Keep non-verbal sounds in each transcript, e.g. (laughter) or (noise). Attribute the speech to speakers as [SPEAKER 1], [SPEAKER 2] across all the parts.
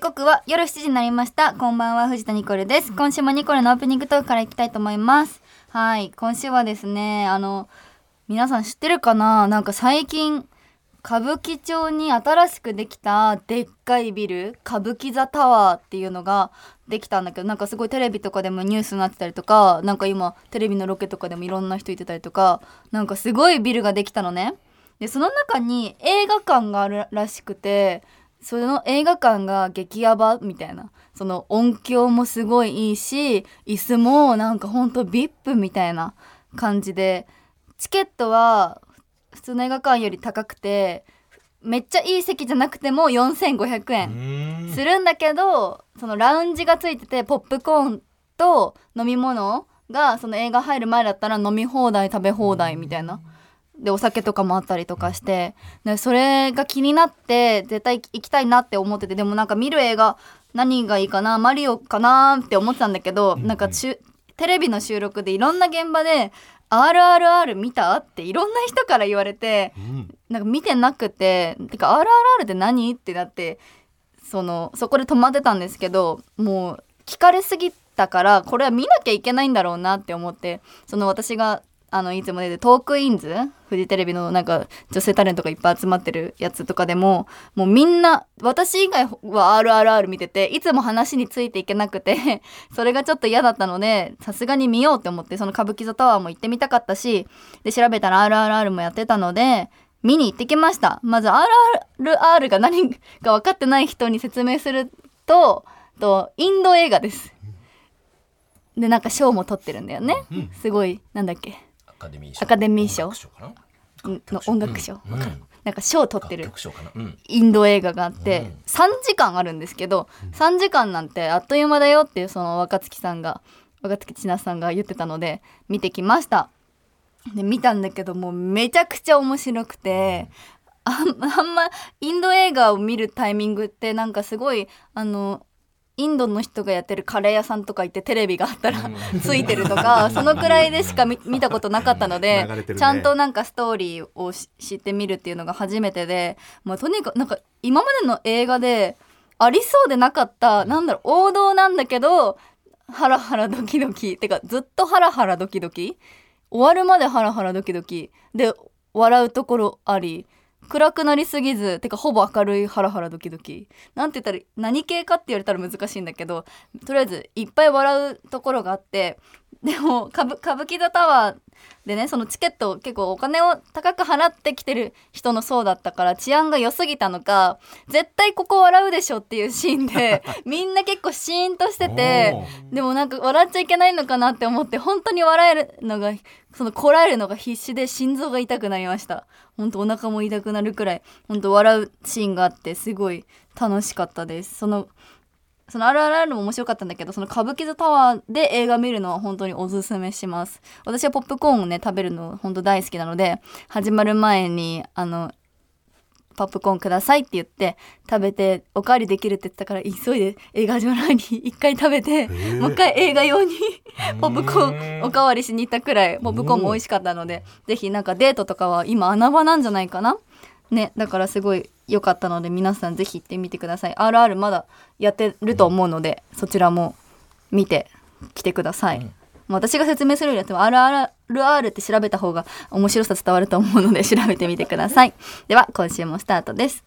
[SPEAKER 1] 刻は夜7時になりました。こんばんは、藤田ニコルです。今週もニコルのオープニングトークからいきたいと思います。はい、今週はですね、あの、皆さん知ってるかななんか最近、歌舞伎町に新しくできたでっかいビル、歌舞伎座タワーっていうのができたんだけど、なんかすごいテレビとかでもニュースになってたりとか、なんか今テレビのロケとかでもいろんな人いてたりとか、なんかすごいビルができたのね。でその中に映画館があるらしくてその映画館が激ヤバみたいなその音響もすごいいいし椅子もなんかほんと VIP みたいな感じでチケットは普通の映画館より高くてめっちゃいい席じゃなくても4500円
[SPEAKER 2] ん
[SPEAKER 1] するんだけどそのラウンジがついててポップコーンと飲み物がその映画入る前だったら飲み放題食べ放題みたいな。でお酒とかもあったりとかしてでそれが気になって絶対行きたいなって思っててでもなんか見る映画何がいいかなマリオかなって思ってたんだけど、
[SPEAKER 2] うん
[SPEAKER 1] なんかしゅテレビの収録でいろんな現場で「RRR 見た?」っていろんな人から言われて
[SPEAKER 2] うん
[SPEAKER 1] なんか見てなくて「てか RRR って何?」ってなってそのそこで止まってたんですけどもう聞かれすぎたからこれは見なきゃいけないんだろうなって思ってその私があのいつも出てるトークインズフジテレビのなんか女性タレントがいっぱい集まってるやつとかでももうみんな私以外は RRR 見てていつも話についていけなくて (laughs) それがちょっと嫌だったのでさすがに見ようって思ってその歌舞伎座タワーも行ってみたかったしで調べたら RRR もやってたので見に行ってきましたまず RRR が何か分かってない人に説明するととインド映画ですでなんか賞も取ってるんだよね
[SPEAKER 2] うん
[SPEAKER 1] すごいなんだっけ
[SPEAKER 2] アカデミー賞
[SPEAKER 1] アカデミー賞
[SPEAKER 2] 音楽賞か
[SPEAKER 1] の音楽賞
[SPEAKER 2] な
[SPEAKER 1] わかるなんか賞取って
[SPEAKER 2] 楽
[SPEAKER 1] る
[SPEAKER 2] 曲賞かなうん
[SPEAKER 1] インド映画があって、
[SPEAKER 2] うん
[SPEAKER 1] 3時間あるんですけど3時間なんてあっという間だよっていうその若槻さんが若槻千奈さんが言ってたので見てきましたで見たんだけどもうめちゃくちゃ面白くてあんあんまインド映画を見るタイミングってなんかすごいあのインドの人がやってるカレー屋さんとか行ってテレビがあったらついてるとかそのくらいでしか見見たことなかったので、
[SPEAKER 3] 流れてるね
[SPEAKER 1] ちゃんとなんかストーリーをし知ってみるっていうのが初めてで、まあ、とにかくなんか今までの映画でありそうでなかったなんだろう王道なんだけどハラハラドキドキてかずっとハラハラドキドキ終わるまでハラハラドキドキで笑うところあり暗くなりすぎずてかほぼ明るいハラハラドキドキなんて言ったら何系かって言われたら難しいんだけどとりあえずいっぱい笑うところがあってでも歌舞歌舞伎座タワーでねそのチケットを結構お金を高く払ってきてる人の層だったから治安が良すぎたのか絶対ここ笑うでしょっていうシーンでみんな結構シーンとしてて。でもなんか笑っちゃいけないのかなって思って本当に笑えるのがそのこらえるのが必死で心臓が痛くなりました本当お腹も痛くなるくらい本当笑うシーンがあってすごい楽しかったですそのその RRR も面白かったんだけどその歌舞伎座タワーで映画見るのは本当におすすめします私はポップコーンをね食べるの本当大好きなので始まる前にあのポップコーンくださいって言って食べておかわりできるって言ってたから急いで映画始まる前に (laughs) 一回食べて
[SPEAKER 3] ー
[SPEAKER 1] もう一回映画用にポップコ
[SPEAKER 2] う
[SPEAKER 1] ーン
[SPEAKER 2] ん
[SPEAKER 1] おかわりしに行ったくらいポップコーンも美味しかったのでぜひなんかデートとかは今穴場なんじゃないかなねだからすごい良かったので皆さんぜひ行ってみてください RR まだやってると思うのでそちらも見てきてください、
[SPEAKER 2] うん
[SPEAKER 1] まあ私が説明するよりはでも RRR って調べた方が面白さ伝わると思うので調べてみてください (laughs) では今週もスタートです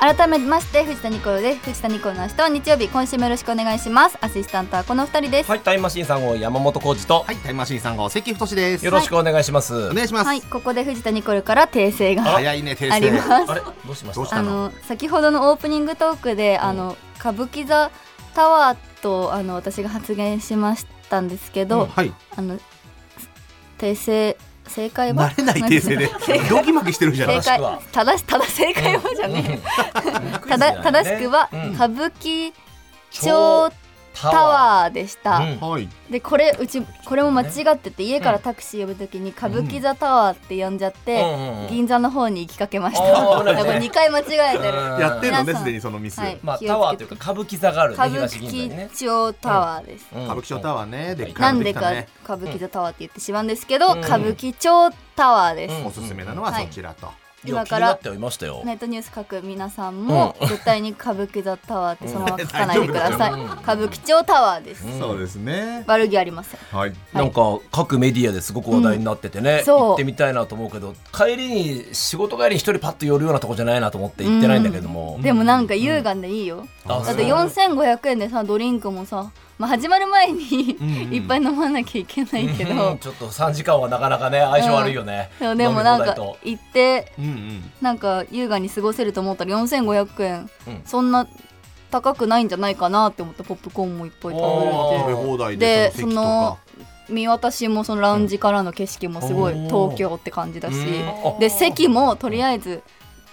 [SPEAKER 1] 改めまして藤田ニコルです藤田ニコルの明日は日曜日今週もよろしくお願いしますアシスタントはこの二人です
[SPEAKER 2] はいタイムマシーンさん号山本浩二と
[SPEAKER 3] はい、タイムマシーンさんが関太です。
[SPEAKER 2] よろしくお願いします
[SPEAKER 3] お願いします。
[SPEAKER 1] はい、ここで藤田ニコルから訂正が
[SPEAKER 3] 早いね、訂
[SPEAKER 1] あり
[SPEAKER 3] 正。
[SPEAKER 1] ます
[SPEAKER 2] あれどうしま
[SPEAKER 3] どう
[SPEAKER 2] し
[SPEAKER 3] したた
[SPEAKER 1] あ
[SPEAKER 3] の。
[SPEAKER 1] の先ほどのオープニングトークであの、歌舞伎座タワーとあの私が発言しましたんですけど、
[SPEAKER 2] うん
[SPEAKER 3] はい。
[SPEAKER 1] あの訂正正解は
[SPEAKER 3] 慣れない訂正で
[SPEAKER 1] 正 (laughs) 解
[SPEAKER 3] ドキマキしてるじゃん。
[SPEAKER 1] 正
[SPEAKER 2] 正し
[SPEAKER 1] 解
[SPEAKER 2] くは
[SPEAKER 1] 正し正正解はじゃねえ、ただ正しくは、歌舞伎町
[SPEAKER 2] タ
[SPEAKER 1] タワーでした、
[SPEAKER 2] うん
[SPEAKER 3] はい。
[SPEAKER 1] でこれうちこれも間違ってて家からタクシー呼ぶときに歌舞伎座タワーって呼んじゃって、
[SPEAKER 2] ー
[SPEAKER 1] 銀座の方に行きかけました。
[SPEAKER 2] あー危な
[SPEAKER 1] だ
[SPEAKER 2] いね
[SPEAKER 1] から2回間違えてる。
[SPEAKER 3] やってん
[SPEAKER 1] 皆
[SPEAKER 3] のね、
[SPEAKER 1] さん
[SPEAKER 3] すでにそのミス。
[SPEAKER 1] はい
[SPEAKER 3] 歌
[SPEAKER 2] まあタワーというか歌舞伎座があるね
[SPEAKER 1] 歌舞
[SPEAKER 2] 東銀座にね
[SPEAKER 1] 伎町タワーです。
[SPEAKER 2] 歌
[SPEAKER 3] 舞伎町タ
[SPEAKER 2] ワ
[SPEAKER 3] ワーね、でっ
[SPEAKER 1] な
[SPEAKER 3] かい
[SPEAKER 1] ん
[SPEAKER 3] ので
[SPEAKER 1] で
[SPEAKER 3] きた
[SPEAKER 1] か
[SPEAKER 3] ね。
[SPEAKER 1] 歌舞伎座タワーって言ってしまうんですけど、
[SPEAKER 2] うん
[SPEAKER 1] 歌舞伎町タワーです。
[SPEAKER 2] うん
[SPEAKER 3] おすすめなのはそちらと。
[SPEAKER 2] いや
[SPEAKER 1] 今
[SPEAKER 2] 気に
[SPEAKER 1] か
[SPEAKER 2] な
[SPEAKER 1] ら
[SPEAKER 2] ってはいましたよ
[SPEAKER 1] ネットニュース書く皆さんも絶対に歌舞伎座タワーってそのまま書かないでください
[SPEAKER 2] うん
[SPEAKER 1] 歌舞伎町タワーです
[SPEAKER 3] そうですね。
[SPEAKER 1] 悪気ありません
[SPEAKER 3] はい。
[SPEAKER 2] なんか各メディアですごく話題になっててね、
[SPEAKER 1] うんそう
[SPEAKER 2] 行ってみたいなと思うけど帰りに仕事帰りに一人パッと寄るようなとこじゃないなと思って行ってないんだけども、
[SPEAKER 1] でもなんか優雅でいいよ
[SPEAKER 2] あ
[SPEAKER 1] だって
[SPEAKER 2] そう
[SPEAKER 1] 4500円でさドリンクもさまあ始まる前に (laughs) いっぱい飲まなきゃいけないけ
[SPEAKER 2] うん
[SPEAKER 1] ど
[SPEAKER 2] ちょっと3時間はなかなかね相性悪いよね、
[SPEAKER 1] でもでもなん
[SPEAKER 2] 飲み放題
[SPEAKER 1] か
[SPEAKER 2] と
[SPEAKER 1] 行って
[SPEAKER 3] うんうん。
[SPEAKER 1] なんか優雅に過ごせると思ったら4500円
[SPEAKER 2] うん
[SPEAKER 1] そんな高くないんじゃないかなって思ってポップコーンもいっぱい食べ
[SPEAKER 2] おー
[SPEAKER 1] れ
[SPEAKER 3] 食
[SPEAKER 1] て
[SPEAKER 3] べ放題
[SPEAKER 1] で
[SPEAKER 3] で
[SPEAKER 1] そ
[SPEAKER 3] その
[SPEAKER 1] の見渡しもそのラウンジからの景色もすごい
[SPEAKER 2] うん
[SPEAKER 1] 東京って感じだし
[SPEAKER 2] うんあ
[SPEAKER 1] で席もとりあえず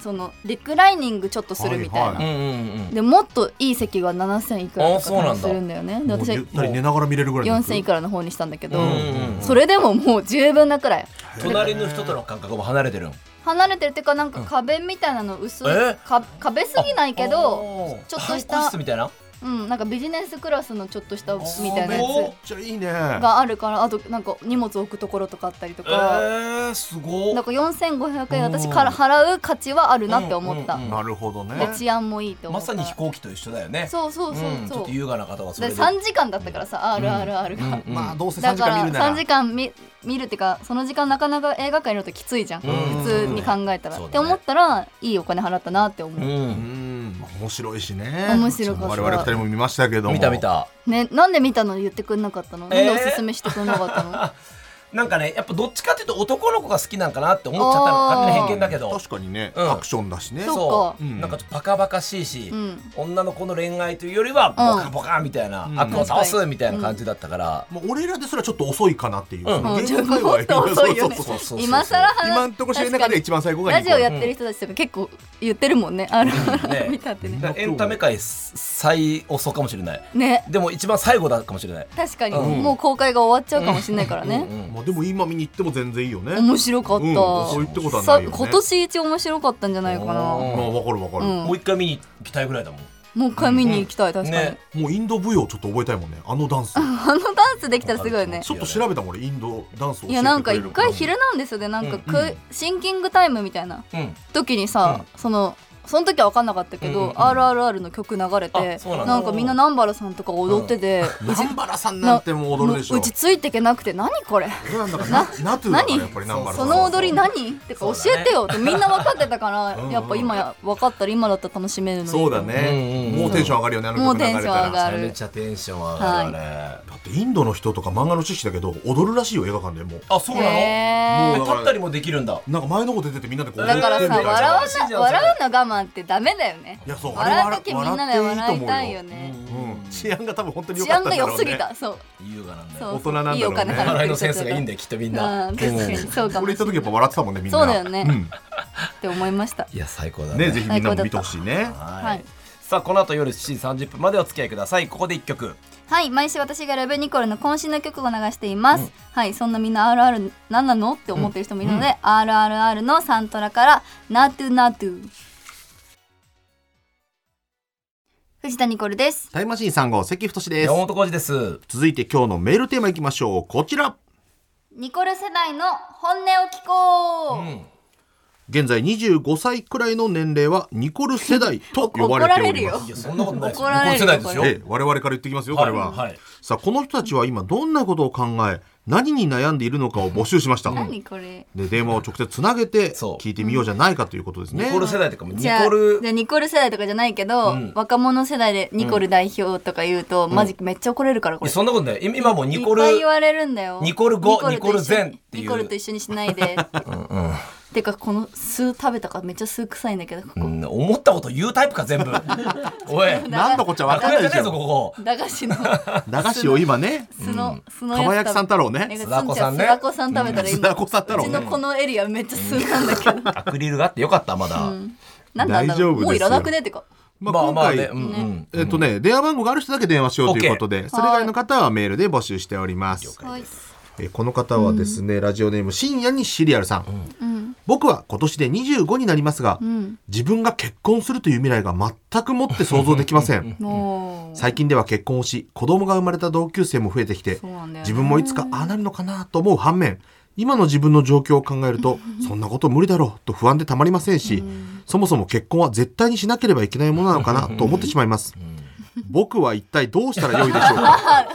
[SPEAKER 1] そのリクライニングちょっとするみたい
[SPEAKER 3] はい
[SPEAKER 1] な
[SPEAKER 3] は
[SPEAKER 2] うんうんうん
[SPEAKER 1] でもっといい席が7000いくら
[SPEAKER 2] あ
[SPEAKER 1] と
[SPEAKER 2] そうなん
[SPEAKER 1] か
[SPEAKER 2] だ
[SPEAKER 1] するんだよねで
[SPEAKER 3] 席とか。もう
[SPEAKER 1] 私は
[SPEAKER 3] ゆったり寝ながら見れるぐらいの。
[SPEAKER 1] 4000いくらの方にしたんだけど、
[SPEAKER 2] うんうんうん
[SPEAKER 1] それでももう十分なくらい
[SPEAKER 2] 隣の人との感覚も離れてるん
[SPEAKER 1] 離れてるっていうかなんか壁みたいなの薄い、
[SPEAKER 2] え
[SPEAKER 1] か壁すぎないけど
[SPEAKER 2] おー
[SPEAKER 1] ちょっとした
[SPEAKER 2] 半個室みたいな
[SPEAKER 1] うんなんかビジネスクラスのちょっとしたみたいなや
[SPEAKER 2] お
[SPEAKER 1] つ
[SPEAKER 2] ー
[SPEAKER 3] めっちゃいいね。
[SPEAKER 1] があるからあとなんか荷物置くところとかあったりと
[SPEAKER 2] え
[SPEAKER 1] か、
[SPEAKER 2] ー、すご
[SPEAKER 1] なん
[SPEAKER 2] っ
[SPEAKER 1] か4500円
[SPEAKER 2] うん
[SPEAKER 1] 私から払う価値はあるなって思った、
[SPEAKER 2] うんうん
[SPEAKER 3] なるほどね。
[SPEAKER 1] で治安もいいと思
[SPEAKER 2] ま
[SPEAKER 1] った
[SPEAKER 2] さに飛行機と一緒だよね
[SPEAKER 1] そうそうそう
[SPEAKER 2] うんちょっ
[SPEAKER 1] そう
[SPEAKER 2] と、優雅な方はそ
[SPEAKER 1] で
[SPEAKER 2] れで
[SPEAKER 1] 3時間だったからさ RRR が、
[SPEAKER 2] うん
[SPEAKER 3] まあどうせ
[SPEAKER 1] だ
[SPEAKER 3] 3時
[SPEAKER 1] か
[SPEAKER 3] 間見
[SPEAKER 1] ら
[SPEAKER 3] るな
[SPEAKER 1] 3
[SPEAKER 3] ら。
[SPEAKER 1] 時間見見るっていうかその時間なかなか映画館いるときついじゃん、
[SPEAKER 2] うん
[SPEAKER 1] 普通に考えたら、
[SPEAKER 2] そうだね
[SPEAKER 1] って思ったらいいお金払ったなって思
[SPEAKER 2] う
[SPEAKER 1] う、
[SPEAKER 3] うんん。面白いしね。
[SPEAKER 1] 面白かった
[SPEAKER 3] 我々二人も見ましたけども。
[SPEAKER 2] 見た見。た
[SPEAKER 1] ねなんで見たの言ってくんなかったの、
[SPEAKER 2] えー
[SPEAKER 1] なんでおすすめしてくんなかった
[SPEAKER 2] (laughs)
[SPEAKER 1] の
[SPEAKER 2] なんかねやっぱどっちかっていうと男の子が好きなんかなって思っちゃったの
[SPEAKER 1] あー
[SPEAKER 2] 勝手な偏見だけど
[SPEAKER 3] 確かにね、
[SPEAKER 2] うん
[SPEAKER 3] アクションだしね。
[SPEAKER 1] そう
[SPEAKER 2] そう、
[SPEAKER 3] うん
[SPEAKER 2] なんかちょっとバカバカしいし、
[SPEAKER 1] うん
[SPEAKER 2] 女の子の恋愛というよりはボカボカみたいな、
[SPEAKER 3] うん
[SPEAKER 2] 悪を倒すみたいな感じだったから、
[SPEAKER 3] まあ、俺らですらちょっと遅いかなっていう。
[SPEAKER 2] うん
[SPEAKER 3] その
[SPEAKER 1] うん
[SPEAKER 3] 芸能界は
[SPEAKER 1] ちょっと遅いよね
[SPEAKER 3] そうそうそ
[SPEAKER 2] そうそうそ
[SPEAKER 3] う
[SPEAKER 2] う
[SPEAKER 1] 今更話
[SPEAKER 3] 今んとこ知る中で一番最後
[SPEAKER 1] 確
[SPEAKER 3] が
[SPEAKER 1] かにラジ
[SPEAKER 3] ニコ
[SPEAKER 1] オ
[SPEAKER 3] ル
[SPEAKER 1] やってる人たちとか結構言ってるもんね、あるある見たってね
[SPEAKER 2] だからエンタメ界最遅かもしれない
[SPEAKER 1] ね
[SPEAKER 2] でも一番最後だかもしれない
[SPEAKER 1] 確かに、
[SPEAKER 2] うん
[SPEAKER 1] もう公開が終わっちゃうかもしれないからね、
[SPEAKER 2] うんうん
[SPEAKER 3] まあ、でも今見に行っても全然いいよね。
[SPEAKER 1] 面白かった、
[SPEAKER 3] うん、そういったことはな
[SPEAKER 1] さ
[SPEAKER 3] いよね。
[SPEAKER 1] 今年一面白かったんじゃないか
[SPEAKER 2] う
[SPEAKER 1] な、
[SPEAKER 2] ん
[SPEAKER 3] まあ、わかるわかる、
[SPEAKER 1] うん
[SPEAKER 2] もう一回見に行きたいぐらいだもん
[SPEAKER 1] もう一回見に行きたい確かに、 (laughs)
[SPEAKER 2] ね
[SPEAKER 3] もうインド舞踊ちょっと覚えたいもんね。あのダンス。ち
[SPEAKER 1] あのダンスできたらすごいよね
[SPEAKER 3] ょっと調べたもん、俺インドダンスを教えてくれる。
[SPEAKER 1] いやなんか一回「ヒルナンデス」でなんかく、
[SPEAKER 2] うん
[SPEAKER 1] シンキングタイムみたいな
[SPEAKER 2] うん
[SPEAKER 1] 時にさ、そのその時は分かんなかったけど
[SPEAKER 2] うんうんう
[SPEAKER 1] 「
[SPEAKER 2] ん
[SPEAKER 1] RRR」の曲流れて
[SPEAKER 2] あそうなんだ
[SPEAKER 1] かみんな南原さんとか踊ってて、
[SPEAKER 3] 南原さんなんてもう踊るでしょ。
[SPEAKER 1] うちついていけなくて「何これ
[SPEAKER 3] 俺なんだから、な、なとだから、
[SPEAKER 1] 何
[SPEAKER 3] やっぱり南原さ
[SPEAKER 1] そ
[SPEAKER 3] ん。
[SPEAKER 1] の踊り何?」ってか
[SPEAKER 2] そ
[SPEAKER 1] 教
[SPEAKER 2] うだね
[SPEAKER 1] えてよってみんな分かってたから
[SPEAKER 3] うんうん
[SPEAKER 1] やっぱ今や分かったら今だったら楽しめるのに
[SPEAKER 3] そうだね、
[SPEAKER 2] うんうんうん
[SPEAKER 3] もうテンション上がるよね、あの曲流れた
[SPEAKER 1] もうテンション
[SPEAKER 3] ら。
[SPEAKER 1] 上が
[SPEAKER 3] だ
[SPEAKER 1] ある
[SPEAKER 2] めちゃテンション上がるよね、
[SPEAKER 3] ってインドの人とか漫画の知識だけど、踊るらしいよ、映画館でもう。
[SPEAKER 2] あそうなの、
[SPEAKER 1] へ
[SPEAKER 3] もう
[SPEAKER 1] ー
[SPEAKER 3] だ
[SPEAKER 2] 立
[SPEAKER 3] から
[SPEAKER 2] ったりもできるんだ
[SPEAKER 3] なんか前の方出ててみんなでこう。
[SPEAKER 1] だから
[SPEAKER 3] 踊
[SPEAKER 1] さ
[SPEAKER 3] ってみたいな
[SPEAKER 1] 笑わ
[SPEAKER 2] しいじゃ
[SPEAKER 1] なん笑うの我慢ってダメだよね
[SPEAKER 3] いや、そう、あれ
[SPEAKER 1] 笑う
[SPEAKER 3] 笑
[SPEAKER 1] 時みんなで笑いたいよ
[SPEAKER 3] ね。
[SPEAKER 1] ね
[SPEAKER 3] うん、治安が多分本当に良
[SPEAKER 1] 治
[SPEAKER 3] かっ
[SPEAKER 1] 安
[SPEAKER 3] た
[SPEAKER 1] が
[SPEAKER 3] んだろうね。
[SPEAKER 1] 良すぎたそう
[SPEAKER 2] 優雅なんだ
[SPEAKER 1] そう
[SPEAKER 2] よ
[SPEAKER 3] 大人なんだろうね
[SPEAKER 1] いいお金払って
[SPEAKER 2] 笑いのセンスがいいんだよきっとみんな、
[SPEAKER 1] うん確かにそうかも
[SPEAKER 3] 俺行った時やっぱ笑ってたもんねみんな
[SPEAKER 1] そうだよね
[SPEAKER 3] うん
[SPEAKER 1] って思いました
[SPEAKER 2] いや最高だね
[SPEAKER 3] ねぜひみんなも見てほしいね
[SPEAKER 2] はい、
[SPEAKER 1] はい
[SPEAKER 2] さあこの後夜7時30分までお付き合いくださいここで一曲
[SPEAKER 1] はい毎週私がラブニコルの渾身の曲を流しています、はいそんなみんな RR 何なのって思ってる人もいるので、RRR のサントラから「ナトゥナトゥ」藤田ニコルです
[SPEAKER 3] タイムマシーン3号関太で
[SPEAKER 2] 山
[SPEAKER 3] す
[SPEAKER 2] 本浩二です
[SPEAKER 3] 続いて今日のメールテーマいきましょうこちら
[SPEAKER 1] ニコル世代の本音を聞こう、
[SPEAKER 3] 現在25歳くらいの年齢はニコル世代と呼ばれております
[SPEAKER 2] いやそんなことないですよ
[SPEAKER 1] 怒られるよ
[SPEAKER 2] 怒世代ですよ
[SPEAKER 1] こ
[SPEAKER 3] ええ我々から言ってきますよこれは、
[SPEAKER 2] はいはい
[SPEAKER 3] さあこの人たちは今どんなことを考え何に悩んでいるのかを募集しました
[SPEAKER 1] 何これ
[SPEAKER 3] で電話を直接つなげて
[SPEAKER 2] そう
[SPEAKER 3] 聞いてみようじゃないかということですね
[SPEAKER 2] ニコル世代とかもニ
[SPEAKER 1] じゃあ
[SPEAKER 2] コル
[SPEAKER 1] じゃあニコル世代とかじゃないけど、
[SPEAKER 2] ん
[SPEAKER 1] 若者世代でニコル代表とか言うと、マジめっちゃ怒れるからこ
[SPEAKER 2] いや
[SPEAKER 1] れ
[SPEAKER 2] そんなことない今今もうニコル
[SPEAKER 1] いっぱい言われるんだよ
[SPEAKER 2] ニコル後ニコ
[SPEAKER 1] と一緒
[SPEAKER 2] ル
[SPEAKER 1] に
[SPEAKER 2] 前っていう
[SPEAKER 1] ニコルと一緒にしないで (laughs) てかこの酢食べたからめっちゃ酢臭いんだけどここ、
[SPEAKER 2] うん思ったこと言うタイプか全部おい
[SPEAKER 3] なんだこっちゃ分かん
[SPEAKER 2] 楽
[SPEAKER 3] な
[SPEAKER 2] じ
[SPEAKER 3] い
[SPEAKER 2] ゃねえ
[SPEAKER 3] でし
[SPEAKER 2] ぞ
[SPEAKER 3] ょ
[SPEAKER 2] ここ
[SPEAKER 1] 駄菓子の
[SPEAKER 3] 駄菓子を今ね
[SPEAKER 1] 酢の、酢の
[SPEAKER 3] かばやきさん太郎ね
[SPEAKER 1] ね
[SPEAKER 2] 須田子さんね
[SPEAKER 1] 須田子さん食べたらいい
[SPEAKER 3] 津
[SPEAKER 1] の
[SPEAKER 3] 田
[SPEAKER 1] う
[SPEAKER 3] 子さん太郎
[SPEAKER 1] ちの
[SPEAKER 3] ね
[SPEAKER 1] このエリアめっちゃ酢なんだけ
[SPEAKER 2] (laughs)
[SPEAKER 1] ど
[SPEAKER 2] アクリルがあってよかったまだ、
[SPEAKER 1] なんなんだろう
[SPEAKER 3] 大丈夫ですよ
[SPEAKER 1] もういらなくねってか
[SPEAKER 3] ま
[SPEAKER 2] まあ
[SPEAKER 3] 今
[SPEAKER 2] まあ
[SPEAKER 3] 回
[SPEAKER 2] ねうんうん
[SPEAKER 3] えっとね、電話番号がある人だけ電話しようということで、それ以外の方はメールで募集しております。
[SPEAKER 1] はい
[SPEAKER 3] えーこの方はですね、ラジオネーム深夜にシリアルさん。
[SPEAKER 1] うん
[SPEAKER 3] 僕は今年で25になりますが、
[SPEAKER 1] うん
[SPEAKER 3] 自分が結婚するという未来が全くもって想像できません。
[SPEAKER 1] もう
[SPEAKER 3] 最近では結婚をし、子供が生まれた同級生も増えてきて
[SPEAKER 1] そう、なんだよね
[SPEAKER 3] 自分もいつかああなるのかなと思う反面、今の自分の状況を考えると、そんなこと無理だろうと不安でたまりませんし、そもそも結婚は絶対にしなければいけないものなのかなと思ってしまいます。僕は一体どうしたらよいでし
[SPEAKER 1] (laughs)
[SPEAKER 3] ょうか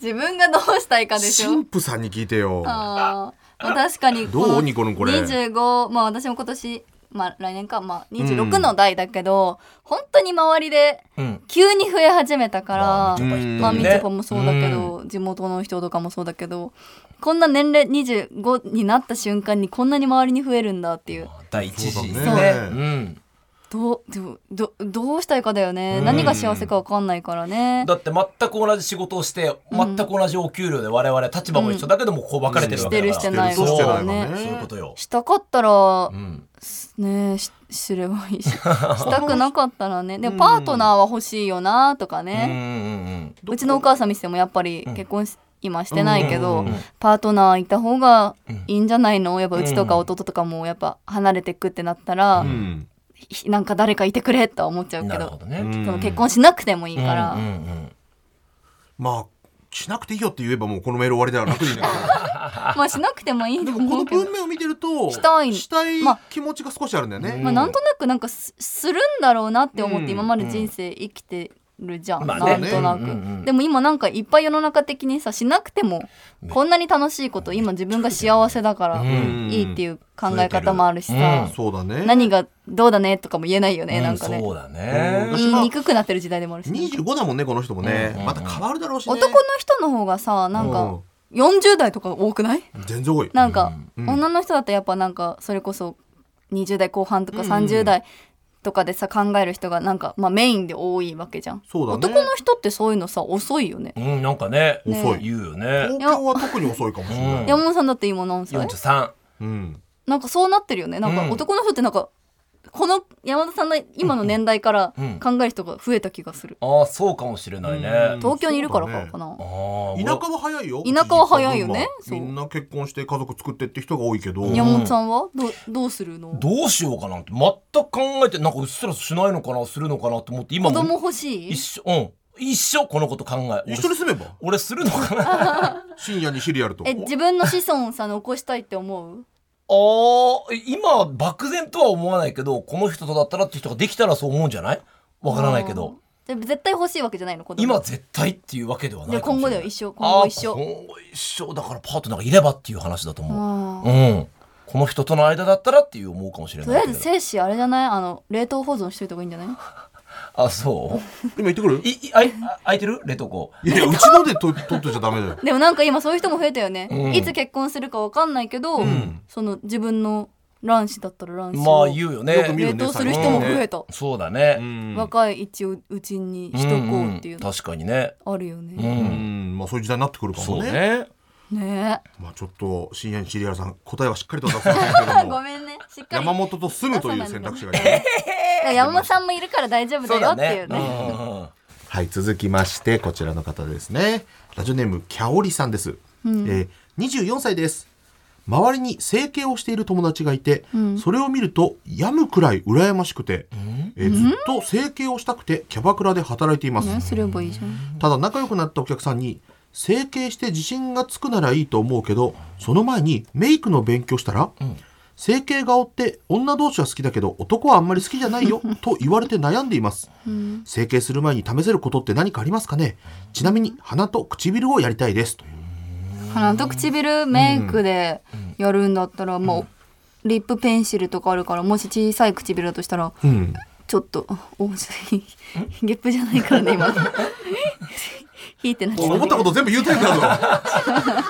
[SPEAKER 1] 自分がどうしたいかでしょ
[SPEAKER 3] 神父さんに聞いてよ。
[SPEAKER 1] あーまあ確かに
[SPEAKER 3] (laughs) どうニコのこれ
[SPEAKER 1] 25まあ私も今年まあ来年かまあ26の代だけど、本当に周りで
[SPEAKER 2] うん
[SPEAKER 1] 急に増え始めたから、
[SPEAKER 2] まあ
[SPEAKER 3] みちょぱ
[SPEAKER 1] ま
[SPEAKER 3] 一
[SPEAKER 1] あみちょ
[SPEAKER 3] 人
[SPEAKER 1] ぱもそ
[SPEAKER 2] ね
[SPEAKER 1] うだけど、地元の人とかもそうだけどこんな年齢25になった瞬間にこんなに周りに増えるんだっていう
[SPEAKER 2] 第一次
[SPEAKER 3] そう
[SPEAKER 1] だ
[SPEAKER 2] ね
[SPEAKER 3] ね
[SPEAKER 2] うん
[SPEAKER 1] どうどうどうどうしたいかだよね、
[SPEAKER 2] うん
[SPEAKER 1] 何が幸せかわかんないからね
[SPEAKER 2] だって全く同じ仕事をして全く同じお給料で我々立場も一緒だけどもこう分かれてるわけだ
[SPEAKER 1] し
[SPEAKER 2] か
[SPEAKER 1] てるして
[SPEAKER 2] ら
[SPEAKER 1] ない
[SPEAKER 3] そうしてないわ
[SPEAKER 2] そう
[SPEAKER 3] ね。
[SPEAKER 2] そういうことよ
[SPEAKER 1] したかったら
[SPEAKER 2] うん
[SPEAKER 1] ねえしすれば
[SPEAKER 2] (laughs)
[SPEAKER 1] いいししたくなかったらねでもパートナーは欲しいよなとか
[SPEAKER 2] うんうん
[SPEAKER 1] ね、
[SPEAKER 2] うん
[SPEAKER 1] うちのお母さん見せてもやっぱり
[SPEAKER 2] うん
[SPEAKER 1] 結婚し今してないけど、
[SPEAKER 2] うんうんうん
[SPEAKER 1] パートナーいた方が
[SPEAKER 2] うん
[SPEAKER 1] いいんじゃないのやっぱうちとか
[SPEAKER 2] うん
[SPEAKER 1] 弟とかもやっぱ離れてくってなったら、
[SPEAKER 3] うん
[SPEAKER 1] ひなんか誰かいてくれとは思っちゃうけ
[SPEAKER 2] なる
[SPEAKER 1] ど
[SPEAKER 2] ほど
[SPEAKER 3] う
[SPEAKER 2] ね
[SPEAKER 3] ん
[SPEAKER 1] その結婚しなくてもいい
[SPEAKER 2] うん
[SPEAKER 1] から、
[SPEAKER 2] うんうん
[SPEAKER 3] まあしなくていいよって言えばもうこのメール終わりだから
[SPEAKER 1] (laughs)
[SPEAKER 3] 楽になる。
[SPEAKER 1] まあしなくてもいい
[SPEAKER 3] で
[SPEAKER 1] と
[SPEAKER 3] もこ
[SPEAKER 1] 思
[SPEAKER 3] の
[SPEAKER 1] うけど
[SPEAKER 3] 文。面を見てると
[SPEAKER 1] したい
[SPEAKER 3] したい
[SPEAKER 1] まあ
[SPEAKER 3] 気持ちが少しあるんだよね。
[SPEAKER 1] まあ、なんとなくなんかすするんだろうなって思っ
[SPEAKER 3] うん
[SPEAKER 1] て今まで人生生きてるじゃん、
[SPEAKER 2] まあ
[SPEAKER 1] な
[SPEAKER 2] ね
[SPEAKER 1] んとなく、
[SPEAKER 2] うんうんうん
[SPEAKER 1] でも今なんかいっぱい世の中的にさしなくてもこんなに楽しいこと今自分が幸せだから
[SPEAKER 2] う
[SPEAKER 1] い
[SPEAKER 2] ん
[SPEAKER 1] いっていう考え方もあるし
[SPEAKER 2] うん
[SPEAKER 1] さ、
[SPEAKER 3] そうだね。
[SPEAKER 1] 何がどうだねとかも言えないよね、
[SPEAKER 2] うん
[SPEAKER 1] なんかね
[SPEAKER 2] そうだね
[SPEAKER 3] うん
[SPEAKER 1] 言いにくくなってる時代でもあるし、
[SPEAKER 3] 二十五だもんねこの人もね、
[SPEAKER 2] うん
[SPEAKER 3] また変わるだろうしね。
[SPEAKER 1] 男の人の方がさなんか40代とか多くない
[SPEAKER 3] 全然多い。
[SPEAKER 1] なんか、
[SPEAKER 3] うん
[SPEAKER 1] 女の人だとやっぱなんかそれこそ20代後半とか
[SPEAKER 3] うんうん
[SPEAKER 1] 30代とかでさ考える人がなんか、まあ、メインで多いわけじゃん、
[SPEAKER 3] そうだね。
[SPEAKER 1] 男の人ってそういうのさ遅いよね
[SPEAKER 2] うんなんかね
[SPEAKER 1] ね
[SPEAKER 3] 遅い。
[SPEAKER 2] 言うよね
[SPEAKER 3] 東京は特に遅いかもしれな
[SPEAKER 2] うん
[SPEAKER 3] い。
[SPEAKER 1] 山本さんだって今何歳
[SPEAKER 2] 43
[SPEAKER 3] うん。
[SPEAKER 1] なんかそうなってるよねなん
[SPEAKER 2] う
[SPEAKER 1] か
[SPEAKER 2] ん
[SPEAKER 1] 男の人ってなんかこの山田さんの今の年代から
[SPEAKER 2] うん
[SPEAKER 1] 考える人が増えた気がする、
[SPEAKER 2] ああそうかもしれないね
[SPEAKER 3] うん
[SPEAKER 1] 東京にいるから
[SPEAKER 3] そうだ
[SPEAKER 1] か
[SPEAKER 3] ね
[SPEAKER 1] かな、
[SPEAKER 2] ああ
[SPEAKER 3] 田舎は早いよ。
[SPEAKER 1] 田舎は早いよね
[SPEAKER 3] 一時期
[SPEAKER 1] そう
[SPEAKER 3] みんな結婚して家族作ってって人が多いけど。
[SPEAKER 1] 山本さんはどうどうするの
[SPEAKER 2] どうしようかなって全く考えてなんかうっすらしないのかなするのかなと思って今
[SPEAKER 1] 子
[SPEAKER 2] も
[SPEAKER 1] 供欲しい
[SPEAKER 2] 一緒うん一緒このこと考え
[SPEAKER 3] 一緒に住めば
[SPEAKER 2] 俺するのかな (laughs) あ
[SPEAKER 3] 深夜にシリアルと。
[SPEAKER 1] え自分の子孫をさ残したいって思う
[SPEAKER 2] ー今漠然とは思わないけどこの人とだったらって人ができたらそう思うんじゃないわからないけど
[SPEAKER 1] あーじゃあ絶対欲しいわけじゃないの子供
[SPEAKER 2] 今絶対っていうわけではな
[SPEAKER 1] じゃ
[SPEAKER 2] い
[SPEAKER 1] あ
[SPEAKER 2] かも
[SPEAKER 1] 今後だ
[SPEAKER 2] しれない
[SPEAKER 1] よ一生今後一
[SPEAKER 2] あー
[SPEAKER 1] 生
[SPEAKER 2] 今後一生だからパートナーがいればっていう話だと思う
[SPEAKER 1] あ
[SPEAKER 2] う
[SPEAKER 1] ー
[SPEAKER 2] んこの人との間だったらっていう思うかもしれ
[SPEAKER 1] とりあえ
[SPEAKER 2] ないけ
[SPEAKER 1] ず
[SPEAKER 2] ど
[SPEAKER 1] 精子あれじゃないあの冷凍保存しといた方がいいんじゃない
[SPEAKER 2] あそう
[SPEAKER 3] 今行ってくる？
[SPEAKER 2] いいあいあ空いてる冷凍庫
[SPEAKER 3] いやいやうちのでと取ってちゃダメだよ。
[SPEAKER 1] でもなんか今そういう人も増えたよね、
[SPEAKER 2] うん
[SPEAKER 1] いつ結婚するかわかんないけど、
[SPEAKER 3] ん
[SPEAKER 1] その自分の卵子だったら卵子
[SPEAKER 2] ま
[SPEAKER 1] を
[SPEAKER 2] あ言うよ
[SPEAKER 3] よく見
[SPEAKER 2] ね
[SPEAKER 3] る
[SPEAKER 1] 冷凍する人も増えた、
[SPEAKER 2] そうだね、
[SPEAKER 3] うん。
[SPEAKER 1] 若い一応うちにしとこうっていうの
[SPEAKER 2] 確かにね
[SPEAKER 1] あるよ
[SPEAKER 2] う
[SPEAKER 1] ね、
[SPEAKER 3] うんん。まあそういう時代になってくるか
[SPEAKER 2] そ
[SPEAKER 3] も
[SPEAKER 2] う
[SPEAKER 3] ね。
[SPEAKER 2] ね
[SPEAKER 1] ね
[SPEAKER 3] まあちょっと深夜にシリアルさん答えはしっかりと出さないけれど
[SPEAKER 1] え
[SPEAKER 3] も
[SPEAKER 1] (laughs) ごめんねしっかり
[SPEAKER 3] 山本と住むという選択肢がいる
[SPEAKER 1] 山本さんもいるから大丈夫だよっていうね
[SPEAKER 2] うんうん
[SPEAKER 3] はい続きましてこちらの方ですねラジオネームキャオリさんです、えー、24歳です周りに整形をしている友達がいて、それを見ると病むくらい羨ましくて、えーずっと整形をしたくてキャバクラで働いています、
[SPEAKER 1] ねすればいいじゃん
[SPEAKER 3] ただ仲良くなったお客さんに整形して自信がつくならいいと思うけどその前にメイクの勉強したら、整形顔って女同士は好きだけど男はあんまり好きじゃない
[SPEAKER 1] (laughs)
[SPEAKER 3] よと言われて悩んでいます、整形する前に試せることって何かありますかねちなみに鼻と唇をやりたいですという
[SPEAKER 1] 鼻と唇メイクでやるんだったら、まあリップペンシルとかあるからもし小さい唇だとしたら
[SPEAKER 3] うん
[SPEAKER 1] ちょっとお (laughs) ちょゲップじゃないからね今 (laughs) 引いてなきゃ
[SPEAKER 3] 思ったこと全部言うタイプだぞ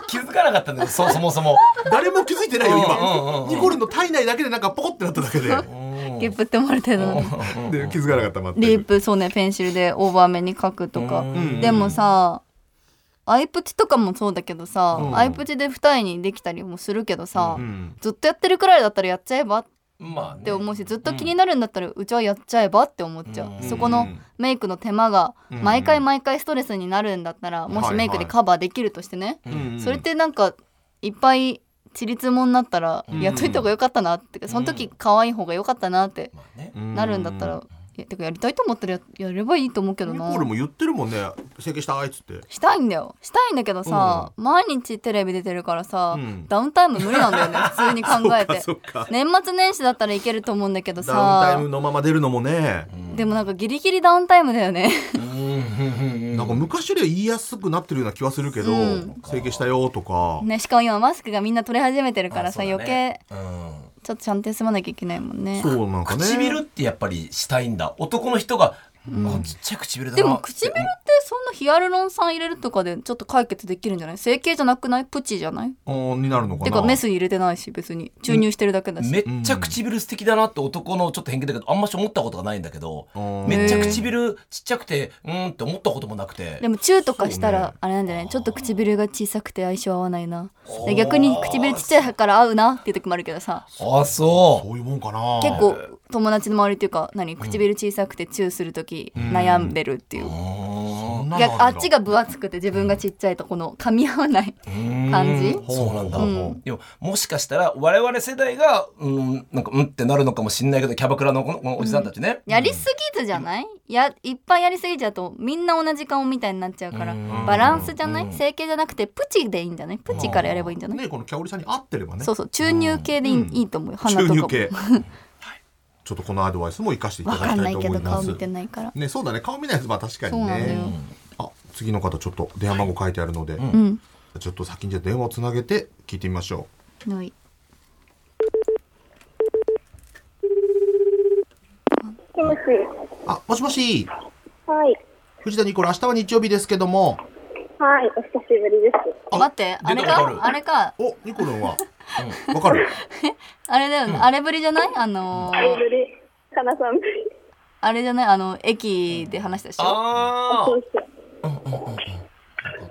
[SPEAKER 2] 気づかなかったんだよそそもそも
[SPEAKER 3] (laughs) 誰も気づいてないよ
[SPEAKER 2] うんうんうんう
[SPEAKER 3] 今
[SPEAKER 2] ん
[SPEAKER 3] ニコルの体内だけでなんかポコってなっただけで
[SPEAKER 1] ゲップって思われてるの
[SPEAKER 3] で気づかなかったまって
[SPEAKER 1] リップそうねペンシルでオーバー目に描くとか
[SPEAKER 2] うん
[SPEAKER 1] でもさアイプチとかもそうだけどさ、アイプチで二重にできたりもするけどさ、
[SPEAKER 3] うん
[SPEAKER 1] ずっとやってるくらいだったらやっちゃえばっ
[SPEAKER 2] まあね
[SPEAKER 1] て思うしずっと気になるんだったらうちはやっちゃえばって思っちゃう、
[SPEAKER 2] うん
[SPEAKER 1] そこのメイクの手間が
[SPEAKER 3] うん
[SPEAKER 1] 毎回毎回ストレスになるんだったらもしメイクでカバーできるとしてね、
[SPEAKER 3] うん
[SPEAKER 1] それってなんかいっぱいちりつもになったら
[SPEAKER 2] うん
[SPEAKER 1] やっといた方が良かったなって、その時可愛い方が良かったなって
[SPEAKER 2] まあね
[SPEAKER 1] なるんだったらいやてかやりたいと思ったらややればいいと思うけど
[SPEAKER 3] ニ
[SPEAKER 1] な
[SPEAKER 3] コールも言ってるもんね整形したいっつって
[SPEAKER 1] したいんだよしたいんだけどさ、毎日テレビ出てるからさ、
[SPEAKER 3] うん
[SPEAKER 1] ダウンタイム無理なんだよ
[SPEAKER 3] (laughs)
[SPEAKER 1] ね普通に考えて
[SPEAKER 3] そっかそっか
[SPEAKER 1] 年末年始だったらいけると思うんだけど
[SPEAKER 3] ダウンタイ
[SPEAKER 1] さ
[SPEAKER 3] ムのまま出るのもね、
[SPEAKER 1] でもなんかギリギリダウンタイムだよね
[SPEAKER 2] うん
[SPEAKER 3] なんか昔よりは言いやすくなってるような気はするけど、
[SPEAKER 1] うん
[SPEAKER 3] 整形したよとか、
[SPEAKER 1] ねしかも今マスクがみんな取れ始めてるからさ、
[SPEAKER 2] あそうだ
[SPEAKER 1] 余
[SPEAKER 2] ね
[SPEAKER 1] 計
[SPEAKER 2] うん
[SPEAKER 1] ちょっとちゃんと休まなきゃいけないもんね
[SPEAKER 3] そうなんかね
[SPEAKER 2] 唇ってやっぱりしたいんだ男の人が、あちっちゃい唇だ
[SPEAKER 1] で
[SPEAKER 2] な
[SPEAKER 1] も唇ってそんなヒアルロン酸入れるとかでちょっと解決できるんじゃない整形じゃなくないプチじゃない
[SPEAKER 3] うんになるのかな
[SPEAKER 1] てかメス入れてないし別に注入してるだけだし、
[SPEAKER 2] めっちゃ唇素敵だなって男のちょっと偏見だけどあんまし思ったことがないんだけど
[SPEAKER 3] うん
[SPEAKER 2] めっちゃ唇ちっちゃくてうーんって思ったこともなくて
[SPEAKER 1] でもチューとかした
[SPEAKER 3] そう
[SPEAKER 1] ら
[SPEAKER 3] ね
[SPEAKER 1] あれなんじゃない、ちょっと唇が小さくて相性合わないな
[SPEAKER 2] そう
[SPEAKER 1] で逆に唇ちっちゃいから合うなっていう時もあるけどさ
[SPEAKER 2] あそ
[SPEAKER 3] そういうもんかな
[SPEAKER 1] 結構友達の周りっていうか何唇小さくてチューする時悩んでるっていう、
[SPEAKER 2] うう
[SPEAKER 3] そ
[SPEAKER 2] ーん
[SPEAKER 3] んなのるん
[SPEAKER 1] 逆
[SPEAKER 3] だ
[SPEAKER 1] あっちが分厚くて自分がちっちゃいとこの噛み合わない感じ
[SPEAKER 2] そうなんだ、
[SPEAKER 1] うん
[SPEAKER 2] でももしかしたら我々世代がうんなんかうんってなるのかもしれないけどキャバクラのこのこのおじさんたちね、
[SPEAKER 1] やりすぎずじゃないやいっぱいやりすぎちゃうとみんな同じ顔みたいになっちゃうから
[SPEAKER 2] うん
[SPEAKER 1] バランスじゃな
[SPEAKER 2] うん
[SPEAKER 1] い整形じゃなくてプチでいいんじゃないプチからやればいいんじゃない
[SPEAKER 3] ねこのキャオリさんに合ってればね
[SPEAKER 1] そうそう注入系でいい,、
[SPEAKER 3] うん
[SPEAKER 1] いいと思うよ鼻
[SPEAKER 3] 注
[SPEAKER 1] とか
[SPEAKER 3] 入
[SPEAKER 1] も (laughs)
[SPEAKER 3] 系ちょっとこのアドバイスも生かしていた
[SPEAKER 1] わ
[SPEAKER 3] だ
[SPEAKER 1] かん
[SPEAKER 3] きた
[SPEAKER 1] ないい
[SPEAKER 3] と
[SPEAKER 1] け
[SPEAKER 3] 思い
[SPEAKER 1] ど
[SPEAKER 3] ま
[SPEAKER 1] 顔
[SPEAKER 3] す
[SPEAKER 1] 見てないから
[SPEAKER 3] ねそうだね顔見ないやつは確かに
[SPEAKER 1] そうなのよ
[SPEAKER 3] ねあ次の方ちょっと電話番号書いてあるので、
[SPEAKER 1] うん
[SPEAKER 3] ちょっと先にじゃあ電話をつなげて聞いてみましょ
[SPEAKER 1] ない
[SPEAKER 4] もしもし。
[SPEAKER 3] うあもしもし
[SPEAKER 4] はい。
[SPEAKER 3] 藤田ニコル明日は日曜日ですけども
[SPEAKER 4] はい。お久しぶりです。
[SPEAKER 3] あ
[SPEAKER 1] 待ってあれ
[SPEAKER 2] 出たことあ
[SPEAKER 1] か
[SPEAKER 2] る
[SPEAKER 1] あれか
[SPEAKER 3] おニコルンはわかる
[SPEAKER 1] あれだよね、あれぶりじゃないあのー
[SPEAKER 4] あれぶり、かなさんぶり。
[SPEAKER 1] あれじゃないあの駅で話したでしょ
[SPEAKER 2] あ
[SPEAKER 4] そうそう。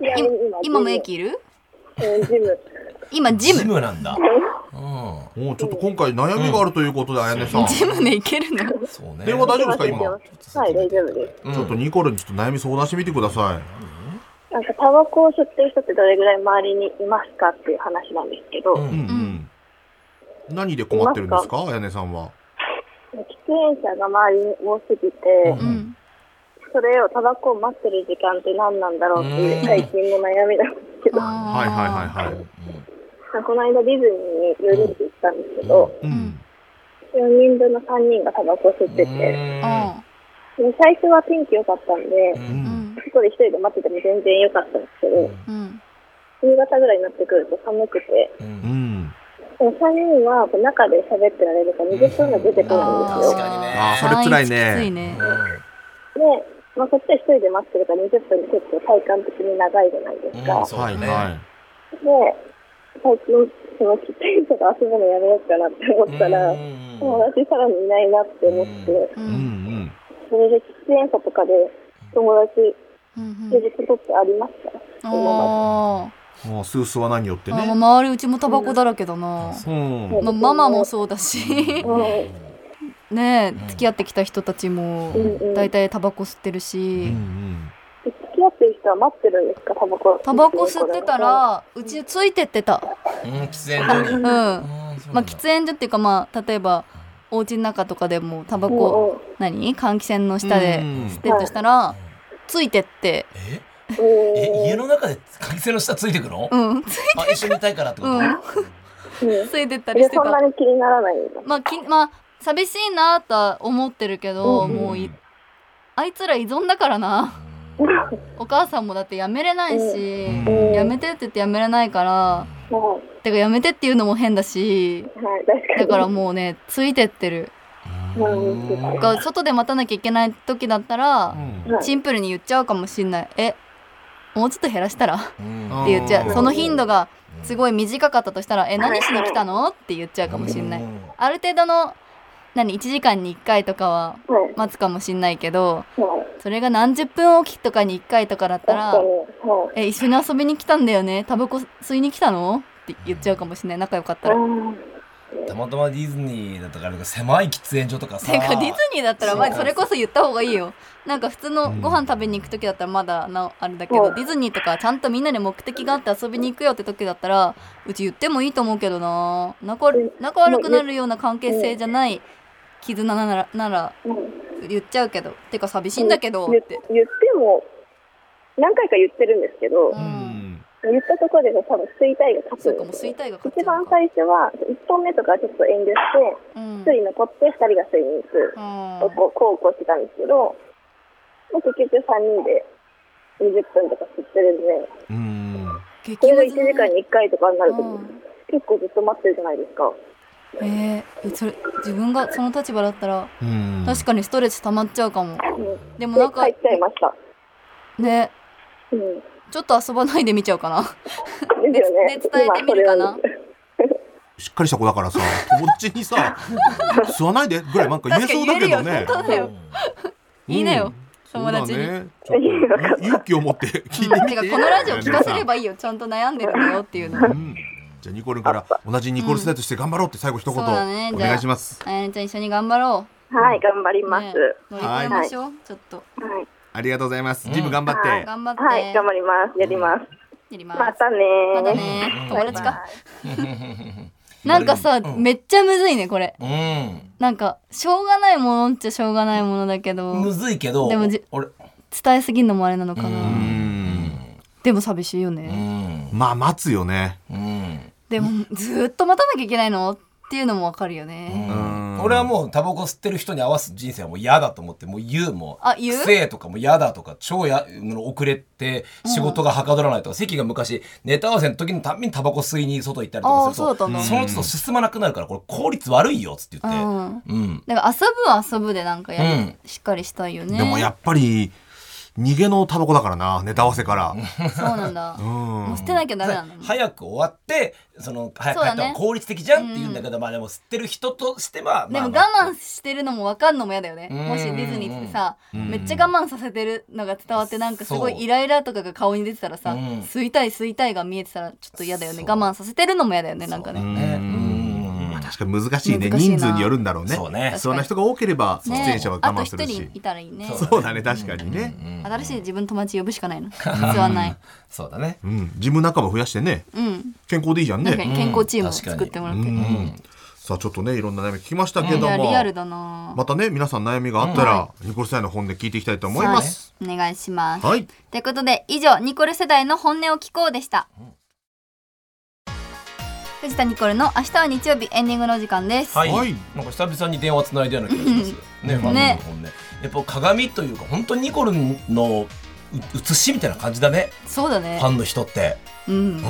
[SPEAKER 4] いや
[SPEAKER 1] い
[SPEAKER 4] 今
[SPEAKER 1] 今も駅いる
[SPEAKER 4] うんジム。
[SPEAKER 1] 今
[SPEAKER 2] ジ
[SPEAKER 1] ジ
[SPEAKER 2] ム
[SPEAKER 1] ム
[SPEAKER 2] なんだ、うん、
[SPEAKER 3] おちょっと今回悩みがあるということで、あやねさん
[SPEAKER 1] ジムで行けるの
[SPEAKER 2] そうね
[SPEAKER 3] 電話大丈夫ですか
[SPEAKER 4] 出
[SPEAKER 3] 今
[SPEAKER 4] ますはい、大丈夫です。
[SPEAKER 2] うん
[SPEAKER 3] ちょっとニコルにちょっと悩み相談してみてください、
[SPEAKER 4] なんか、タバコを吸ってる人ってどれぐらい周りにいますかっていう話なんですけど、
[SPEAKER 2] うん
[SPEAKER 3] うんうん何で困ってるんですかあやねさんは
[SPEAKER 4] 喫煙者が周りに多すぎて、
[SPEAKER 1] う
[SPEAKER 2] うん
[SPEAKER 4] それをタバコを待ってる時間って何なんだろうっていう最近の悩みなんですけど、
[SPEAKER 1] あー
[SPEAKER 3] はいはいはいはい
[SPEAKER 4] (laughs) この間ディズニーに夜に行ったんですけど、
[SPEAKER 3] うん
[SPEAKER 4] 4人分の3人がタバコを吸ってて、
[SPEAKER 1] う
[SPEAKER 4] で最初は天気良かったんで、
[SPEAKER 3] うんん
[SPEAKER 4] 外で一人で待ってても全然良かったんですけど、
[SPEAKER 1] うんうん
[SPEAKER 4] 夕方ぐらいになってくると寒くて、
[SPEAKER 3] うん
[SPEAKER 4] でも3人はこう中で喋ってられるから20分が出てこないんで
[SPEAKER 2] 確
[SPEAKER 4] すよ。
[SPEAKER 2] かにね
[SPEAKER 3] あーそれ辛いね
[SPEAKER 1] あーきついね
[SPEAKER 4] で、まあ、こっちは一人で待ってるから20分って結構体感的に長いじゃないですか。
[SPEAKER 2] うんそう
[SPEAKER 3] は
[SPEAKER 2] だ
[SPEAKER 3] い
[SPEAKER 2] ね
[SPEAKER 3] は
[SPEAKER 4] で、最近、その喫煙者が遊ぶのやめようかなって思ったら、友達さらにいないなって思って、
[SPEAKER 1] う
[SPEAKER 3] いうんん
[SPEAKER 4] それで喫煙者とかで友達、
[SPEAKER 1] うん
[SPEAKER 4] 休日とってありました
[SPEAKER 1] うんおー
[SPEAKER 3] うんもうスースーは何よって
[SPEAKER 1] あー
[SPEAKER 3] ね
[SPEAKER 1] 周りうちもタバコだらけだな
[SPEAKER 3] うん
[SPEAKER 1] まママもそうだし (laughs)
[SPEAKER 4] うん
[SPEAKER 1] ねえ付き合ってきた人たちも
[SPEAKER 4] うんうん
[SPEAKER 1] 大体タバコ吸ってるし
[SPEAKER 3] うん
[SPEAKER 4] 付き合ってる人は待ってるんですか、タバコ。
[SPEAKER 1] タバコ吸ってた、らうちついてってた
[SPEAKER 2] うん喫煙所に
[SPEAKER 1] うんまあ喫煙所っていうかまあ例えばお家の中とかでもタバコ
[SPEAKER 4] こ
[SPEAKER 1] 何換気扇の下で
[SPEAKER 3] うん
[SPEAKER 1] 吸ってるとしたらついてって
[SPEAKER 2] え
[SPEAKER 4] う。うん
[SPEAKER 2] え家の中で換気扇の下ついてくの
[SPEAKER 1] うんつ
[SPEAKER 2] あ一緒にいたいからってこ
[SPEAKER 1] うん
[SPEAKER 2] と
[SPEAKER 4] う
[SPEAKER 1] (laughs)
[SPEAKER 4] ん
[SPEAKER 1] ついてったり
[SPEAKER 4] で
[SPEAKER 1] して
[SPEAKER 4] そんな
[SPEAKER 1] た
[SPEAKER 4] に気にならないんだ。
[SPEAKER 1] まあきまあ寂しいなとは思ってるけど
[SPEAKER 4] うんうん
[SPEAKER 1] もういあいつら依存だからなお母さんもだってやめれないし
[SPEAKER 2] うん
[SPEAKER 1] やめてって言ってやめれないから
[SPEAKER 4] は
[SPEAKER 1] てかやめてっていうのも変だし
[SPEAKER 4] い、はい、確か
[SPEAKER 1] だ
[SPEAKER 4] に。
[SPEAKER 1] からもうねついてってる
[SPEAKER 4] うん
[SPEAKER 1] だから外で待たなきゃいけない時だったら
[SPEAKER 4] うん
[SPEAKER 1] シンプルに言っちゃうかもしんない。え、もうちょっと減らしたらって
[SPEAKER 3] うん
[SPEAKER 1] 言っちゃう。その頻度がす
[SPEAKER 2] い
[SPEAKER 1] ごい短かったとしたら、え、何しに来たのって言っちゃうかもしんない。ある程度の、何、1時間に1回とかは
[SPEAKER 4] はい、
[SPEAKER 1] 待つかもしんないけど、
[SPEAKER 4] はい、
[SPEAKER 1] それが何十分おきとかに1回とかだった
[SPEAKER 4] 確からに、、は
[SPEAKER 1] え、一緒に遊びに来たんだよねタバコ吸いに来たのって言っちゃうかもしんない。仲良かった
[SPEAKER 4] い。
[SPEAKER 1] ら。
[SPEAKER 4] うん
[SPEAKER 2] たまたまディズニーだったから狭い喫煙所とかさ
[SPEAKER 1] てかディズニーだったらまあ
[SPEAKER 2] そう
[SPEAKER 1] それこそ言った方がいいよなんか普通の
[SPEAKER 3] うん
[SPEAKER 1] ご飯食べに行く時だったらまだなおあれだけど、
[SPEAKER 4] うん
[SPEAKER 1] ディズニーとかちゃんとみんなで目的があって遊びに行くよって時だったらうち言ってもいいと思うけどな仲悪仲悪くなるような関係性じゃない絆ならなら
[SPEAKER 4] うん
[SPEAKER 1] 言っちゃうけどてか寂しいんだけどっ、
[SPEAKER 4] 言って言っても、何回か言ってるんですけ
[SPEAKER 1] う、
[SPEAKER 4] ど、
[SPEAKER 2] うんん
[SPEAKER 4] 言ったところでも多分衰退が
[SPEAKER 1] そ
[SPEAKER 4] 勝つ
[SPEAKER 1] うんかもう
[SPEAKER 4] ですよ
[SPEAKER 1] 衰退が勝っちゃう
[SPEAKER 4] 一番
[SPEAKER 1] のか
[SPEAKER 4] 最初は、1本目とかはちょっと遠慮して、
[SPEAKER 1] うん
[SPEAKER 4] 一人残って2人がスイミングをこうこうこうしてたんですけど、もう結局3人で20分とか吸ってるんで、
[SPEAKER 3] うん
[SPEAKER 1] 激
[SPEAKER 4] これが
[SPEAKER 1] ム
[SPEAKER 4] 1
[SPEAKER 1] ズ
[SPEAKER 4] 時間に1回とかになると、
[SPEAKER 1] うん
[SPEAKER 4] 結構ずっと待ってるじゃないですか。
[SPEAKER 1] えー、えそれ自分がその立場だったら
[SPEAKER 3] うん
[SPEAKER 1] 確かにストレス溜まっちゃうかも
[SPEAKER 4] うん、で
[SPEAKER 1] でもなんか
[SPEAKER 4] 帰っちゃいました。
[SPEAKER 1] ね
[SPEAKER 4] うん
[SPEAKER 1] ちょっと遊ばないで見ちゃう
[SPEAKER 3] (laughs)
[SPEAKER 1] かな
[SPEAKER 4] ですよね。
[SPEAKER 1] で伝えてみるかな
[SPEAKER 4] 今それんです
[SPEAKER 3] しっかりした子だか
[SPEAKER 1] (laughs)
[SPEAKER 3] らさ友達にさ吸わないでぐらいなんか言えそうだけどね
[SPEAKER 1] 確かに言えるよ本当だよいいなよ友達に
[SPEAKER 3] そうだねちょっと勇気を持って聞いてみ
[SPEAKER 1] て
[SPEAKER 3] て
[SPEAKER 1] かこのラジオ聞かせればいいよちゃんと悩んでるんだよっていうの
[SPEAKER 3] うんじゃあニコルンから同じニコル世代として頑張ろうって最後一言
[SPEAKER 1] うんそうだね
[SPEAKER 3] お願いします
[SPEAKER 1] あやねちゃん一緒に頑張ろ
[SPEAKER 4] はい、頑張り
[SPEAKER 1] う、
[SPEAKER 4] ます。
[SPEAKER 1] ね、乗り越えましょう、ちょっと
[SPEAKER 4] はい、
[SPEAKER 3] ありがとうございます
[SPEAKER 2] うん
[SPEAKER 3] ジム頑張っ
[SPEAKER 4] は
[SPEAKER 3] て
[SPEAKER 1] 頑張って、
[SPEAKER 4] はい、頑張ります。やります。
[SPEAKER 1] やります
[SPEAKER 4] またね
[SPEAKER 1] ま
[SPEAKER 4] ー。
[SPEAKER 1] たね
[SPEAKER 2] うん
[SPEAKER 1] 友達か
[SPEAKER 2] うん
[SPEAKER 1] なんかさ、めっちゃむずいねこれ
[SPEAKER 2] うん
[SPEAKER 1] なんかしょうがないものっちゃしょうがないものだけど
[SPEAKER 2] むずいけど
[SPEAKER 1] でもじ
[SPEAKER 2] 俺
[SPEAKER 1] 伝えすぎんのもあれなのかな、
[SPEAKER 3] うん
[SPEAKER 1] でも寂しいよ
[SPEAKER 2] う
[SPEAKER 1] ね、
[SPEAKER 2] ん
[SPEAKER 3] まあ待つよね
[SPEAKER 2] うん
[SPEAKER 1] でもずーっと待たなきゃいけないのっていうのもわかるよ
[SPEAKER 2] う
[SPEAKER 1] ね、
[SPEAKER 2] ん
[SPEAKER 3] うん
[SPEAKER 2] 俺はもうタバコ吸ってる人に合わす人生はもう嫌だと思ってもう言うもう
[SPEAKER 1] あ言う
[SPEAKER 2] くせえとかもう嫌だとか超や遅れて仕事がはかどらないとか、関が昔ネタ合わせの時のたんびにタバコ吸いに外行ったりと
[SPEAKER 1] ああ
[SPEAKER 2] か
[SPEAKER 1] ー
[SPEAKER 2] す
[SPEAKER 1] そうだ
[SPEAKER 2] る
[SPEAKER 1] っ
[SPEAKER 2] と
[SPEAKER 1] たんだ、
[SPEAKER 2] その都度進まなくなるからこれ効率悪いよっつって言
[SPEAKER 1] う
[SPEAKER 2] って
[SPEAKER 1] ん
[SPEAKER 2] うん、
[SPEAKER 1] だから遊ぶは遊ぶでなんかやり、
[SPEAKER 2] うん
[SPEAKER 1] しっかりしたいよね
[SPEAKER 3] でもやっぱり逃げのタバコだからなネタ合わせから
[SPEAKER 1] そうなんだ
[SPEAKER 3] う
[SPEAKER 1] もうん捨てなきゃダメなんだね
[SPEAKER 2] 早く終わってその早く
[SPEAKER 1] そう
[SPEAKER 2] 帰
[SPEAKER 1] だ
[SPEAKER 2] っ
[SPEAKER 1] ね
[SPEAKER 2] たら効率的じゃんって言うんだけど、まあでも吸ってる人としては
[SPEAKER 1] で
[SPEAKER 2] まあ
[SPEAKER 1] も
[SPEAKER 2] まあ
[SPEAKER 1] 我慢してるのも分かんのも嫌だよね
[SPEAKER 2] うん
[SPEAKER 1] もしディズニー行ってさ
[SPEAKER 3] うん
[SPEAKER 1] めっちゃ我慢させてるのが伝わってなんかすご
[SPEAKER 2] そ
[SPEAKER 1] いうイライラとかが顔に出てたらさ
[SPEAKER 2] うん
[SPEAKER 1] 吸いたい吸いたいが見えてたらちょっと嫌だよね
[SPEAKER 2] そう
[SPEAKER 1] 我慢させてるのも嫌だよねなんか
[SPEAKER 2] う
[SPEAKER 1] ね
[SPEAKER 2] ん
[SPEAKER 3] うんまあ確かに難しいね
[SPEAKER 1] 難しいな
[SPEAKER 3] 人数によるんだろうね
[SPEAKER 2] そうね
[SPEAKER 3] そんな人が多ければ出
[SPEAKER 1] ね
[SPEAKER 3] 演者は
[SPEAKER 1] あ
[SPEAKER 3] 我
[SPEAKER 1] と
[SPEAKER 3] 慢す
[SPEAKER 1] 一
[SPEAKER 3] る
[SPEAKER 1] 人
[SPEAKER 3] し
[SPEAKER 1] いたらいいね
[SPEAKER 3] そうだね確かにね
[SPEAKER 2] うんうん
[SPEAKER 1] 新しい自分の友達呼ぶしかないの吸わない
[SPEAKER 2] そうだね
[SPEAKER 3] うんジム仲間増やしてね
[SPEAKER 1] うん
[SPEAKER 3] 健康でいいじゃん
[SPEAKER 1] なんか
[SPEAKER 3] ね
[SPEAKER 1] 健康チーム
[SPEAKER 2] う
[SPEAKER 1] を
[SPEAKER 2] ん確かに
[SPEAKER 1] 作ってもらっ
[SPEAKER 3] う
[SPEAKER 1] て
[SPEAKER 3] ん
[SPEAKER 2] うん
[SPEAKER 3] さあちょっとねいろんな悩み聞きましたけど
[SPEAKER 1] いや
[SPEAKER 3] も
[SPEAKER 1] リアルだな
[SPEAKER 3] またね皆さん悩みがあったらニコルさんの本で聞いていきたいと思います
[SPEAKER 1] お願いします
[SPEAKER 3] はい
[SPEAKER 1] ということで以上ニコル世代の本音を聞こうでした、藤田ニコルの明日は日曜日エンディングのお時間です、
[SPEAKER 2] はい、
[SPEAKER 3] はい
[SPEAKER 2] なんか久々に電話つないだような気がしますねファンの本ねやっぱ鏡というか本当にニコルンのう写しみたいな感じだね
[SPEAKER 1] そうだ
[SPEAKER 2] フ
[SPEAKER 1] ね
[SPEAKER 2] ァンの人って
[SPEAKER 1] うん
[SPEAKER 2] うん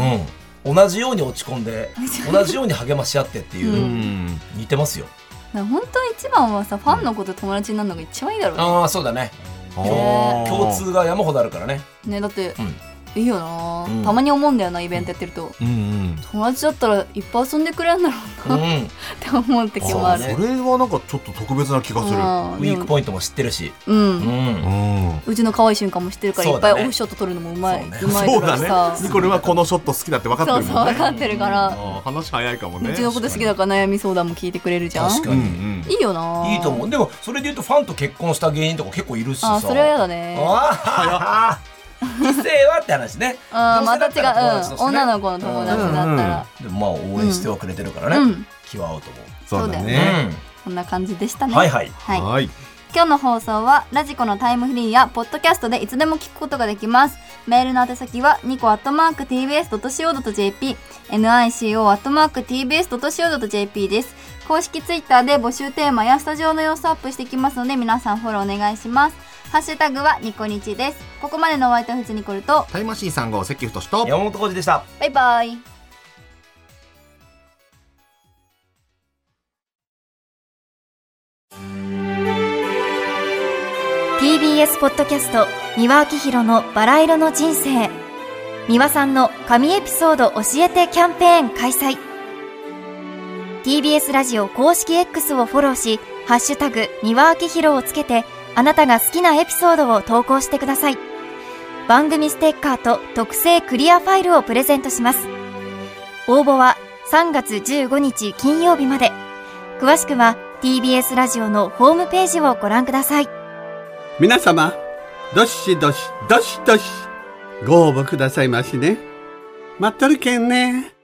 [SPEAKER 2] 同じように落ち込んで同じように励まし合ってっていうう、
[SPEAKER 3] うん
[SPEAKER 2] 似てますよ
[SPEAKER 1] なんか本当一番はさファンのこと友達になるのが一番いいだろうね
[SPEAKER 2] ああそうだね
[SPEAKER 3] あー
[SPEAKER 2] 共通が山ほどあるからね
[SPEAKER 1] ねだって、いいよな、
[SPEAKER 2] うん
[SPEAKER 1] たまに思うんだよなイベントやってると、
[SPEAKER 3] うんうん
[SPEAKER 1] 友達だったらいっぱい遊んでくれるんだろう
[SPEAKER 2] う
[SPEAKER 1] な、
[SPEAKER 2] ん
[SPEAKER 1] っ、て思う時
[SPEAKER 3] それ
[SPEAKER 1] もあ
[SPEAKER 2] あ
[SPEAKER 1] る
[SPEAKER 2] ね
[SPEAKER 3] はなんかちょっと特別な気がする
[SPEAKER 2] ウィークポイントも知ってるし、
[SPEAKER 1] うん、う
[SPEAKER 2] うんん、
[SPEAKER 3] うん
[SPEAKER 1] うちの可愛い瞬間も知ってるからい
[SPEAKER 2] そ
[SPEAKER 1] っ
[SPEAKER 2] う
[SPEAKER 1] ぱい
[SPEAKER 2] だ
[SPEAKER 1] オ
[SPEAKER 2] ね
[SPEAKER 1] フショット撮るのもうまい
[SPEAKER 2] そうね
[SPEAKER 1] うまい
[SPEAKER 3] そう
[SPEAKER 1] から
[SPEAKER 3] だ
[SPEAKER 1] さ
[SPEAKER 3] ねニコルはこのショット好きだって分かって
[SPEAKER 1] そう
[SPEAKER 3] る
[SPEAKER 1] そう
[SPEAKER 3] もん
[SPEAKER 1] 分
[SPEAKER 3] ね
[SPEAKER 1] かってるから、
[SPEAKER 3] あー話早いかも
[SPEAKER 1] う
[SPEAKER 3] ね
[SPEAKER 1] ちのこと好きだから悩み相談も聞いてくれるじゃん
[SPEAKER 2] 確
[SPEAKER 3] う
[SPEAKER 2] か
[SPEAKER 3] んう
[SPEAKER 2] に、
[SPEAKER 3] ん
[SPEAKER 1] いいよない
[SPEAKER 2] いいと
[SPEAKER 1] う
[SPEAKER 2] 思うでもそれで言うとファンと結婚した芸人とか結構いるしさ
[SPEAKER 1] あそれはやだね
[SPEAKER 2] あー (laughs) 異性はって話ね
[SPEAKER 1] あまた違う、うん、女
[SPEAKER 2] 子
[SPEAKER 1] の子の友達だったら、
[SPEAKER 2] でもまあ応援してはくれてるからね、
[SPEAKER 1] うん
[SPEAKER 2] 気は合うと思
[SPEAKER 3] そうだ
[SPEAKER 1] そうだよ
[SPEAKER 2] う、
[SPEAKER 3] ね
[SPEAKER 1] こんな感じでした
[SPEAKER 2] うん
[SPEAKER 1] ね
[SPEAKER 2] はいはい
[SPEAKER 1] はい
[SPEAKER 3] はい
[SPEAKER 1] 今日の放送はラジコのタイムフリーやポッドキャストでいつでも聞くことができますメールの宛先はニコアットマーク TBS.CO.JP NICO アットマーク TBS.CO.JP です公式ツイッターで募集テーマやスタジオの様子をアップしていきますので皆さんフォローお願いしますハッシュタグはニコニチですここまでのお相手はフジニコルと
[SPEAKER 3] タイムマシーン3号関太と
[SPEAKER 2] 山本浩二でした
[SPEAKER 1] バイバイ
[SPEAKER 5] 「TBS ポッドキャスト三輪明宏のバラ色の人生」三輪さんの神エピソード教えてキャンペーン開催 TBS ラジオ公式 X をフォローし「ハッシュタグ三輪明宏」をつけてあなたが好きなエピソードを投稿してください番組ステッカーと特製クリアファイルをプレゼントします応募は3月15日金曜日まで詳しくは TBS ラジオのホームページをご覧ください
[SPEAKER 6] 皆様どしどしどしどしご応募くださいましね待っとるけんね